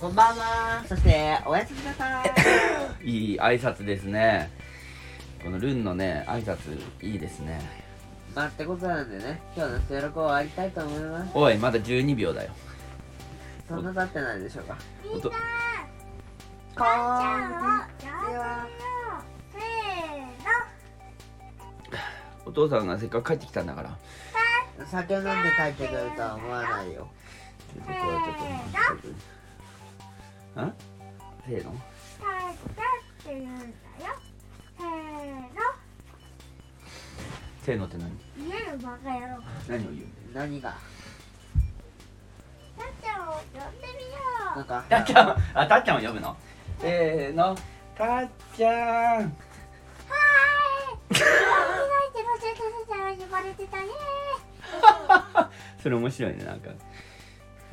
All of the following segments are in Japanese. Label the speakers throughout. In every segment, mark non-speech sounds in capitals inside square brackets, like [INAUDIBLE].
Speaker 1: ばんはそしておやすみなさ
Speaker 2: [LAUGHS]
Speaker 1: い
Speaker 3: いい挨拶ですねこのルンのね挨拶いいですね
Speaker 1: まあってことなんでね今日の収録を終わりたいと思います
Speaker 3: おいまだ12秒だよ
Speaker 1: そんな経ってないでしょうか
Speaker 2: みんな
Speaker 3: おと
Speaker 1: こ
Speaker 2: ちゃん
Speaker 1: ん
Speaker 2: を呼んでよせーの
Speaker 3: お父さんがせっかく帰ってきたんだから
Speaker 1: にちは酒飲んで帰ってくるとは思わないよ
Speaker 3: 僕はちょっとうんせーの
Speaker 2: タイタって言うんだよせーの
Speaker 3: せーのって何
Speaker 2: 見えるバカ野郎
Speaker 3: 何を言う
Speaker 1: 何が
Speaker 2: タッちゃんを呼んでみよ
Speaker 1: なんか
Speaker 3: たっちゃんあたっちゃんを呼ぶのせーのたっちゃん
Speaker 2: うはーい見ないでもちょっとさん呼ばれてたね
Speaker 3: それ面白いねなんか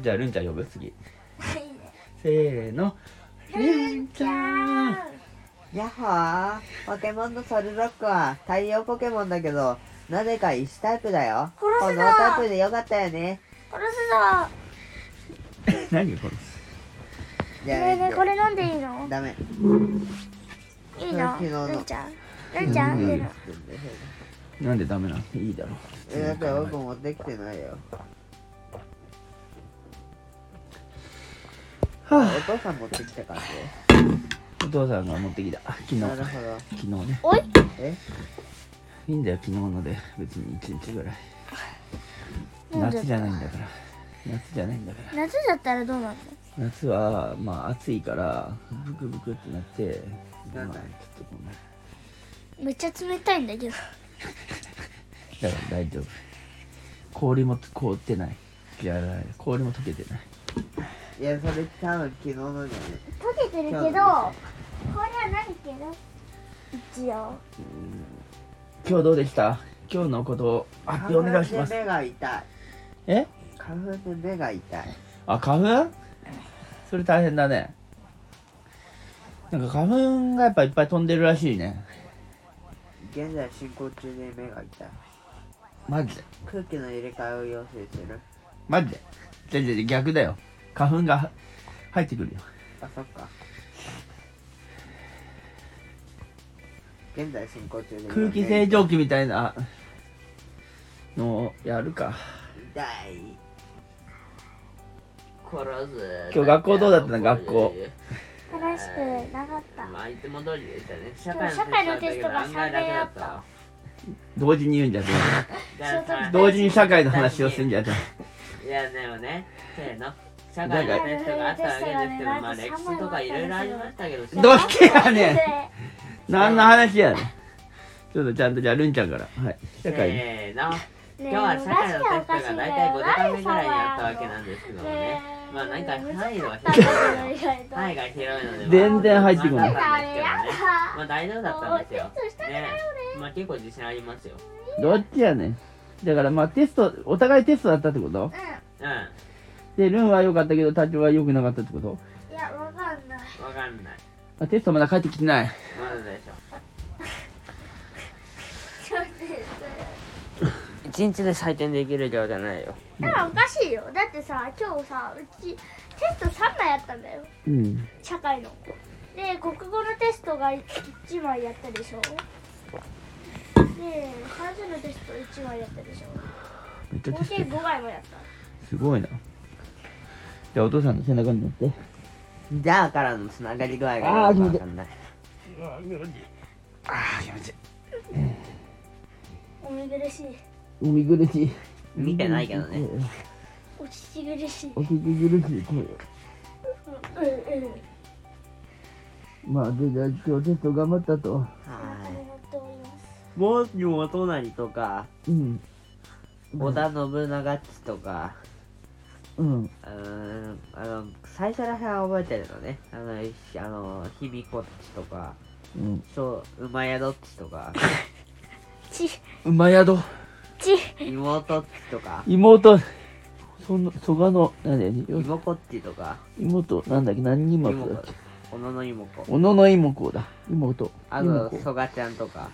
Speaker 3: じゃあルンちゃん呼ぶ次
Speaker 2: はい
Speaker 3: せーのルンちゃん [LAUGHS]
Speaker 1: やっほーポケモンのソルロックは太陽ポケモンだけどなぜか石タイプだよこ
Speaker 2: 殺
Speaker 1: の
Speaker 2: すぞ
Speaker 1: タイプでよかったよね
Speaker 2: 殺すぞ
Speaker 3: 何これ
Speaker 1: じゃあ
Speaker 2: ねえねえこれ飲んでいいの
Speaker 1: ダメ
Speaker 2: いいの
Speaker 1: 昨日の
Speaker 2: ルンちゃんルンちゃん
Speaker 3: うん
Speaker 2: 出る
Speaker 3: なんでダメなのいいだろ
Speaker 1: えだって僕持ってきてないよ
Speaker 3: は
Speaker 1: お父さん持ってきた感
Speaker 3: お父さんが持ってきた昨日
Speaker 1: じなるほど
Speaker 3: 昨日ね
Speaker 2: おい
Speaker 1: え
Speaker 3: いいんだよ昨日ので別に1日ぐらい
Speaker 2: なんで
Speaker 3: 夏じゃないんだから夏じゃないんだから
Speaker 2: 夏だったらどうなるの
Speaker 3: 夏はまあ暑いからブクブクってなってま
Speaker 1: な
Speaker 3: あ
Speaker 1: ん
Speaker 3: ちょ
Speaker 1: だ
Speaker 3: っとごめん
Speaker 2: めっちゃ冷たいんだけど
Speaker 3: だから大丈夫氷も凍ってないいや氷も溶けてない
Speaker 1: いやそれ多分昨日のじゃね
Speaker 2: 溶けてるけどこ
Speaker 1: 今
Speaker 2: れ
Speaker 1: 日
Speaker 2: は
Speaker 1: は
Speaker 2: ないけど一応
Speaker 3: 今日どうでした今日のことを発表お願いしま
Speaker 1: 花
Speaker 3: す
Speaker 1: 粉で目が痛い
Speaker 3: え
Speaker 1: 花粉で目が痛い
Speaker 3: あ花粉それ大変だねなんか花粉がやっぱいっぱい飛んでるらしいね
Speaker 1: 現在進行中で目が痛い
Speaker 3: マジで
Speaker 1: 空気の入れ替えを要請する
Speaker 3: マジで全然逆だよ花粉がは入ってくるよ
Speaker 1: あそっか現在進行中で
Speaker 3: 空気清浄機みたいなのをやるか
Speaker 1: 痛い殺す
Speaker 3: 今日学校どうだったの学校
Speaker 2: 正しくなかった
Speaker 1: まあいつも通りでしたね社
Speaker 2: 今日社会のテストが3回あった
Speaker 3: 同時に言うんじゃね
Speaker 1: だか
Speaker 3: え
Speaker 1: ら
Speaker 3: 同時に社会の話をするんじゃね
Speaker 1: いやでもねせーの社会のテストがあったわけですけどまあ歴史とかいろいろありましたけど
Speaker 3: えどうしてやねん何の話やねんちょっとちゃんとじゃあるんちゃんからはい社会に
Speaker 1: せーの今
Speaker 2: 今
Speaker 1: 日は社会のテストが大体5時間目ぐらいにあったわけ
Speaker 2: ん
Speaker 1: なんですけど
Speaker 2: だ
Speaker 1: もねまあなんか範囲は
Speaker 2: だ
Speaker 1: 広い範囲
Speaker 2: け
Speaker 1: が広いので
Speaker 3: 全然入ってこない
Speaker 1: まあ良かったんですけどねまあ
Speaker 2: だ
Speaker 1: 大丈夫だったんですよ
Speaker 2: もうテストしたくない
Speaker 1: ねまあ結構自信ありますよ
Speaker 3: どっちやねんだからまあテストお互いテストだったってこ
Speaker 1: う
Speaker 3: と
Speaker 1: んわ
Speaker 3: でルンは良かったけど体調は良くなかったってこと
Speaker 2: うんいやわかんない
Speaker 1: かんない
Speaker 3: あテストまだ帰ってきてない
Speaker 1: まだでしょ
Speaker 2: ちょっと待って
Speaker 1: 一日で採点できる量じゃないよ
Speaker 2: だからおかしいよだってさ今日さうちテスト3枚やったんだよ
Speaker 3: うん
Speaker 2: 社会ので国語のテストが1枚やったでしょで算数のテスト1枚やったでしょ
Speaker 3: めっちゃ
Speaker 2: 合
Speaker 3: テス
Speaker 2: 計
Speaker 3: ト
Speaker 2: 5枚もやった
Speaker 3: すごいなじゃあお父さんの背中に乗って
Speaker 1: じゃあからのつながり具合が
Speaker 3: あー
Speaker 1: わかんない
Speaker 3: ああ気持ちいい
Speaker 2: お見苦しい
Speaker 3: お見苦しい
Speaker 1: 見てないけどね
Speaker 2: お聞き苦しい
Speaker 3: お聞き苦しい声
Speaker 2: うんうんうん
Speaker 3: まあでじゃあ今日テスト頑張ったと
Speaker 2: あり
Speaker 1: は
Speaker 2: がとうございます
Speaker 1: いもうにも隣とか
Speaker 3: うん
Speaker 1: 織田信長っちとか
Speaker 3: うん
Speaker 1: うーんあの最初らへんは覚えてるのねあのいあの卑弥呼っちとか
Speaker 3: うん
Speaker 1: そう馬宿っちと [LAUGHS] か
Speaker 2: ち
Speaker 3: 馬宿
Speaker 2: ち
Speaker 1: 妹っちとか
Speaker 3: 妹その蘇我の何だよねよ
Speaker 1: 妹っちとか
Speaker 3: 妹なんだっけ何人妹だ
Speaker 1: 妹
Speaker 3: っけ
Speaker 1: 小野の妹子
Speaker 3: 小野の妹子だ妹
Speaker 1: あ
Speaker 3: 妹
Speaker 1: と
Speaker 3: 子
Speaker 1: 蘇我ちゃんとか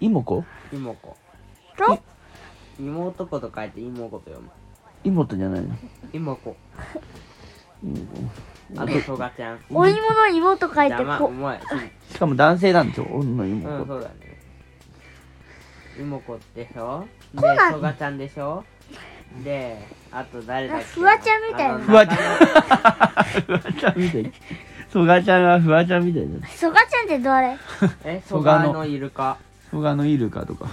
Speaker 3: 妹子
Speaker 1: 妹子
Speaker 2: と
Speaker 1: 妹子と書いて妹子と読む
Speaker 3: 妹じゃないの
Speaker 1: 妹子あとトガちゃん
Speaker 4: お芋の芋と書いて
Speaker 1: 邪魔
Speaker 4: こ
Speaker 1: お前
Speaker 3: しかも男性なんですよ女の
Speaker 1: う
Speaker 3: 妹、
Speaker 1: んそうだね妹子でしょで
Speaker 4: コナン
Speaker 1: トガちゃんでしょであと誰だっけ
Speaker 4: フワちゃんみたいな
Speaker 1: あの
Speaker 3: フワちゃん
Speaker 1: 中野
Speaker 3: フワちゃん
Speaker 1: [LAUGHS]
Speaker 3: みたいソガちゃんがフワちゃんみたいな
Speaker 4: そがちゃんって誰
Speaker 3: [LAUGHS]
Speaker 1: え
Speaker 3: 蘇
Speaker 1: ソ
Speaker 3: 我
Speaker 1: ガ
Speaker 3: の
Speaker 1: のイルカ
Speaker 3: ソガのイルカとか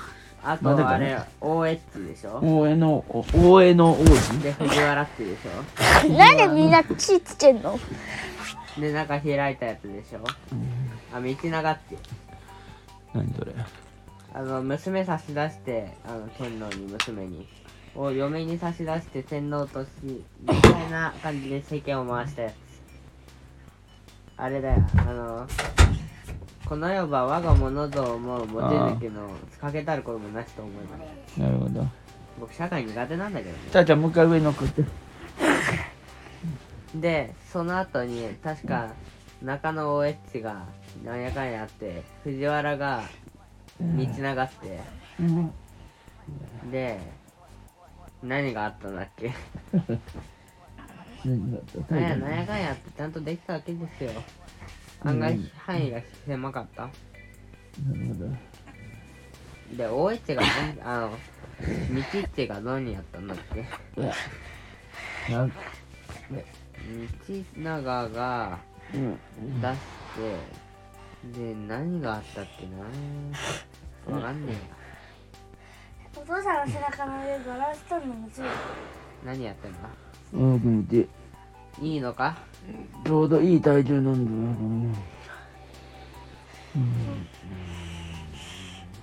Speaker 1: あ
Speaker 3: なぜ
Speaker 1: と
Speaker 3: か
Speaker 1: あ
Speaker 3: ね
Speaker 1: れ OH でしょ
Speaker 3: 大江のお大江の王子
Speaker 1: で藤原ってでしょ
Speaker 4: なんでみんな血つけんの
Speaker 1: で中開いたやつでしょあ道長って
Speaker 3: 何それ
Speaker 1: あの娘差し出してあの天皇に娘にを嫁に差し出して天皇としみたいな感じで世間を回したやつあれだよあのこの世は我が物と思う持ち抜きのかけたることもなしと思います
Speaker 3: なるほど
Speaker 1: 僕社会苦手なんだけどね
Speaker 3: ちゃちゃんもう一回上に送って
Speaker 1: でその後に確か中野 OH がなんやかんやあって藤原が道流って、で何があったんだっけ
Speaker 3: 何だった
Speaker 1: なんやなんやかんやってちゃんとできたわけですよ案外範囲が狭かった
Speaker 3: なるほど
Speaker 1: で OH がどんあ [LAUGHS] の道ってが何やったんだっけ
Speaker 3: うわなんか
Speaker 1: 道長が
Speaker 3: うん
Speaker 1: 出してで何があったっけなわかんねえや
Speaker 2: お父さんの背中の上バランス取るのむずい
Speaker 1: 何やってんだ
Speaker 3: うんく見て
Speaker 1: いいのか
Speaker 3: ちょうどいい体重なんだよね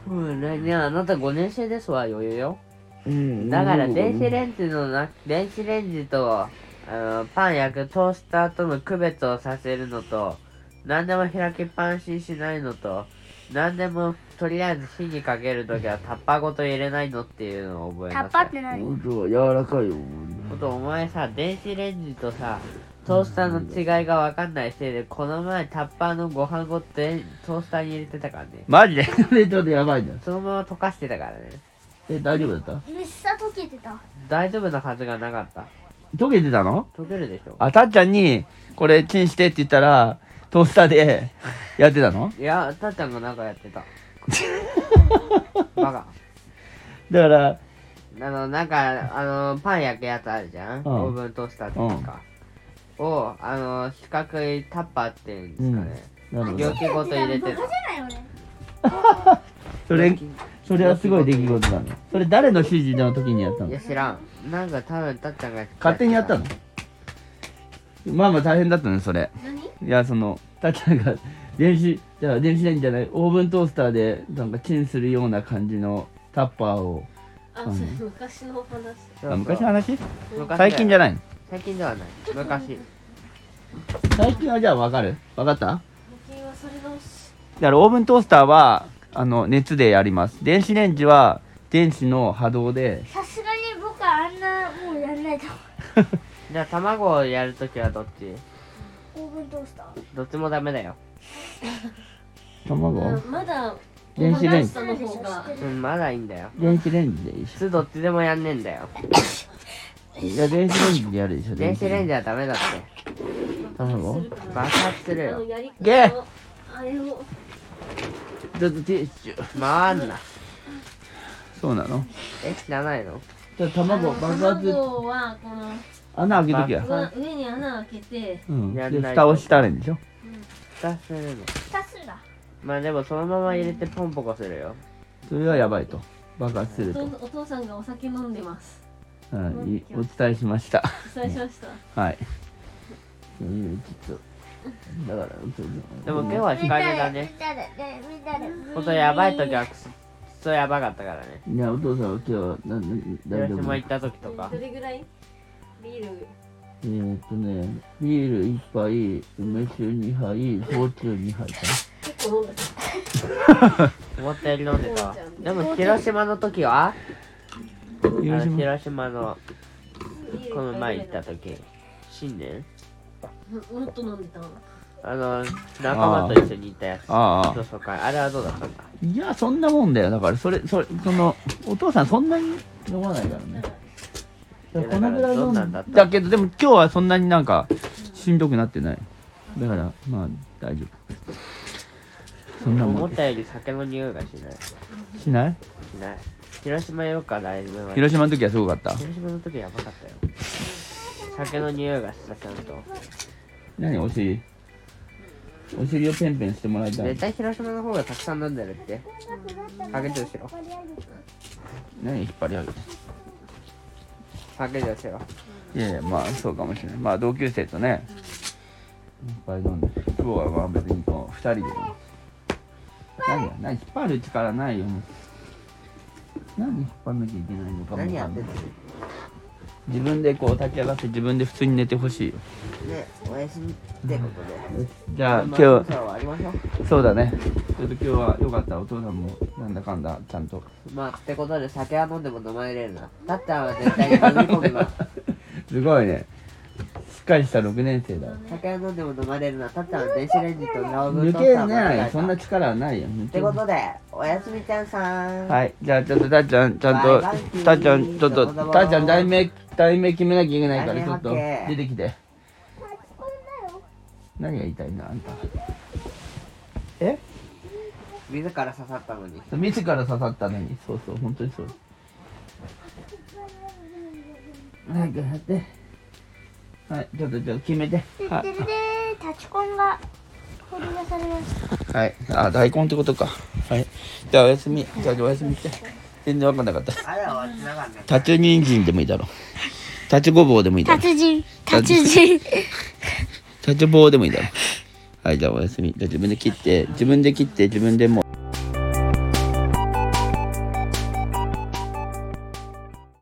Speaker 1: うん、来年あなた5年生ですわ、余裕よ。
Speaker 3: うん
Speaker 1: だから、電子レンジのな、電子レンジと、あの、パン焼くトースターとの区別をさせるのと、何でも開きっぱなしにしないのと、何でもとりあえず火にかけるときはタッパーごと入れないのっていうのを覚え
Speaker 4: タッ
Speaker 1: な
Speaker 4: パ
Speaker 1: さ
Speaker 4: っ
Speaker 1: い。
Speaker 4: て何
Speaker 3: そう柔らかいよ
Speaker 1: あとお前さ、電子レンジとさ、トースターの違いがわかんないせいで、この前タッパーのご飯ごとえトースターに入れてたからね。
Speaker 3: マジでそれちょっとやばいじゃん
Speaker 1: そのまま溶かしてたからね。
Speaker 3: え大丈夫だった
Speaker 4: めっさ溶けてた
Speaker 1: 大丈夫なはずがなかった。
Speaker 3: 溶けてたの
Speaker 1: 溶けるでしょ
Speaker 3: あたっちゃんにこれチンしてって言ったらトースターでやってたの
Speaker 1: いやたっちゃんがなんかやってたバカ
Speaker 3: だから
Speaker 1: あのなんかあのパン焼くやつあるじゃん、
Speaker 3: うん
Speaker 1: オーブントースターっていうか、をあの四角いタッパーっていうんですかね、
Speaker 3: なるほ
Speaker 1: 容
Speaker 3: ど
Speaker 1: 器ごと入れて
Speaker 2: バカ
Speaker 1: た
Speaker 2: じゃないよね
Speaker 3: それそれはすごい出来事なのそれ誰の指示の時にやった
Speaker 1: い
Speaker 3: の
Speaker 1: や知らんなんか多分たっちゃんが
Speaker 3: 勝手にやったのまあまあ大変だったねそれ
Speaker 2: 何
Speaker 3: いやそのたっちゃんが電子じゃあ電子レンジじゃないオーブントースターでなんかチンするような感じのタッパーを
Speaker 5: あ、
Speaker 3: うん
Speaker 5: それ昔のお話。
Speaker 1: そうそう
Speaker 3: あ昔の話
Speaker 1: 昔
Speaker 3: 最近じ
Speaker 1: ゃ
Speaker 3: ゃないの
Speaker 1: 最近ではない昔
Speaker 3: 最近はじゃあ分かる分かった
Speaker 5: 僕はそれの
Speaker 3: だからオーブントースターはあの熱でやります電子レンジは電子の波動で
Speaker 4: さすがに僕はあんなもうやんないと
Speaker 1: じゃあ卵をやるときはどっち
Speaker 4: オーブントースター
Speaker 1: どっちもダメだよ
Speaker 3: 卵、
Speaker 5: うんまだ
Speaker 3: 電子レンジ
Speaker 5: お母さんの方が
Speaker 1: うんまだいいんだよ
Speaker 3: 電子レンジでいい
Speaker 1: 普通どっちでもやんねえんだよ
Speaker 3: しいや電子レンジでやるでしょ
Speaker 1: 電子レン
Speaker 3: ジ
Speaker 1: ジはダメだって
Speaker 3: 卵
Speaker 1: 爆発する
Speaker 5: あの
Speaker 1: よ
Speaker 5: やり
Speaker 3: ゲー
Speaker 5: 方をあれを
Speaker 3: ちょっとティッシュ
Speaker 1: 回んな
Speaker 3: そうなの
Speaker 1: え知らないの
Speaker 3: じゃあ卵爆発
Speaker 5: 卵はこの
Speaker 3: 穴開けときや
Speaker 1: 爆
Speaker 5: 上上に穴開けて
Speaker 3: うんで
Speaker 1: やんないと
Speaker 3: 蓋をしたらいいんでしょ
Speaker 1: 蓋するの
Speaker 4: 蓋すんだ
Speaker 1: まあでもそのまま入れてポンポコするよ
Speaker 3: それはやばいと爆発す
Speaker 5: お
Speaker 3: ると
Speaker 5: 父お父さんがお酒飲んでます
Speaker 3: はい、お伝えしました。 [LAUGHS]
Speaker 5: お伝えしました
Speaker 3: はい。うんちょっと、だから、ちょっと
Speaker 1: でも今日は控えめだね
Speaker 4: みんなでねみんなで
Speaker 1: ほんとやばい時はくそくそやばかったからね
Speaker 3: いや、お父さんは今日は、な、な、大
Speaker 1: 広
Speaker 3: 丈
Speaker 1: 島
Speaker 3: 夫。え
Speaker 1: 行った時とか
Speaker 5: どれぐらいビール
Speaker 3: ーっとね、ビール一杯、梅酒二杯、焼酎二 [LAUGHS] 杯か
Speaker 5: 結構飲んだ
Speaker 1: 思ったより飲んでたわでも広島の時は
Speaker 3: な。
Speaker 1: あ
Speaker 3: 広
Speaker 1: の
Speaker 3: 島
Speaker 1: 広島の
Speaker 5: ビール
Speaker 1: この前行った時新年
Speaker 5: うんもっと飲んでたの
Speaker 1: あの仲間と一緒に行ったやつ
Speaker 3: あ
Speaker 1: そうそうかあれはどうだったんだ
Speaker 3: あ。いや、そんなもんだよ。だから、それ、それ、その、お父さんそんなに飲まないからね。だからこのぐらい飲んだけど、でも今日はそんなになんか、しんどくなってないだからまあ大丈夫そんなも
Speaker 1: 思っ
Speaker 3: ん
Speaker 1: たより酒の匂いがしない。
Speaker 3: しない
Speaker 1: しない。広島よか大丈夫。
Speaker 3: 広島の時はすごかった
Speaker 1: 広島の時やばかったよ。酒の匂いがしたちゃんと。
Speaker 3: 何お尻お尻をペンペンしてもらいたい
Speaker 1: 絶対広島の方がたくさん飲んでるって。酒女子よ。
Speaker 3: 何引っ張り上げて
Speaker 1: 酒女子よ。
Speaker 3: いやいやまあそうかもしれないまあ同級生とねいっぱい飲んで今日はまあ別にこう2人で飲む何や何引っ張る力ないよもう何引っ張んなきゃいけないのかも
Speaker 1: 何やってんの
Speaker 3: 自分でこう立ち上がって自分で普通に寝てほしいよ
Speaker 1: ね、おやすみってことで。
Speaker 3: じゃあ今
Speaker 1: ま
Speaker 3: 日
Speaker 1: そろそろ終わりましょ
Speaker 3: そうだねちょっと今日はよかったお父さんもなんだかんだちゃんと
Speaker 1: う。まあ、ってことで酒は飲んでも飲まれるな。だったら絶対に飲み込むな。
Speaker 3: [LAUGHS] すごいねしっかりした6年生だわ
Speaker 1: 酒は飲んでも飲まれるな。だったら電子レンジと縄文
Speaker 3: 抜
Speaker 1: トース
Speaker 3: け
Speaker 1: ターもらえ
Speaker 3: ないそんな力はないよ
Speaker 1: ってことで、おやすみちゃんさーん。
Speaker 3: はい、じゃあちょっとたっちゃん、ちゃんと
Speaker 1: バイバイ、
Speaker 3: たっちゃん、ちょっと、
Speaker 1: どうぞどうぞ
Speaker 3: たっちゃん、題名、題名決めなきゃいけないから、
Speaker 1: 題
Speaker 3: ち
Speaker 1: 名
Speaker 3: ょ
Speaker 1: オッ
Speaker 3: っ
Speaker 1: ケ
Speaker 3: と
Speaker 1: ー
Speaker 3: 出てきて。
Speaker 4: 立ち込んだよ。
Speaker 3: 何が言いたいのあんた。え
Speaker 1: 自ら刺さったのに。
Speaker 3: 自ら刺さったのに、そうそう、本当にそう。なんかやって。はい、ちょっと、ちょっと決めて。
Speaker 4: てっ
Speaker 3: は
Speaker 4: てるでー、立ち込んが掘り出されました。
Speaker 3: い、はい、あ、大根ってことか。はい、じゃあおやすみ、じゃあおやすみって。全然わかんなかった。
Speaker 1: あれは終わってなかったね。
Speaker 3: 立ち人参でもいいだろう。立ちごぼうでもいいだろう。
Speaker 4: 達人、
Speaker 3: 達
Speaker 4: 達人。
Speaker 3: [LAUGHS] 立ち棒でもいいだろう。はい、じゃあおやすみ。じゃあ自分で切って、自分で切って、自分でもう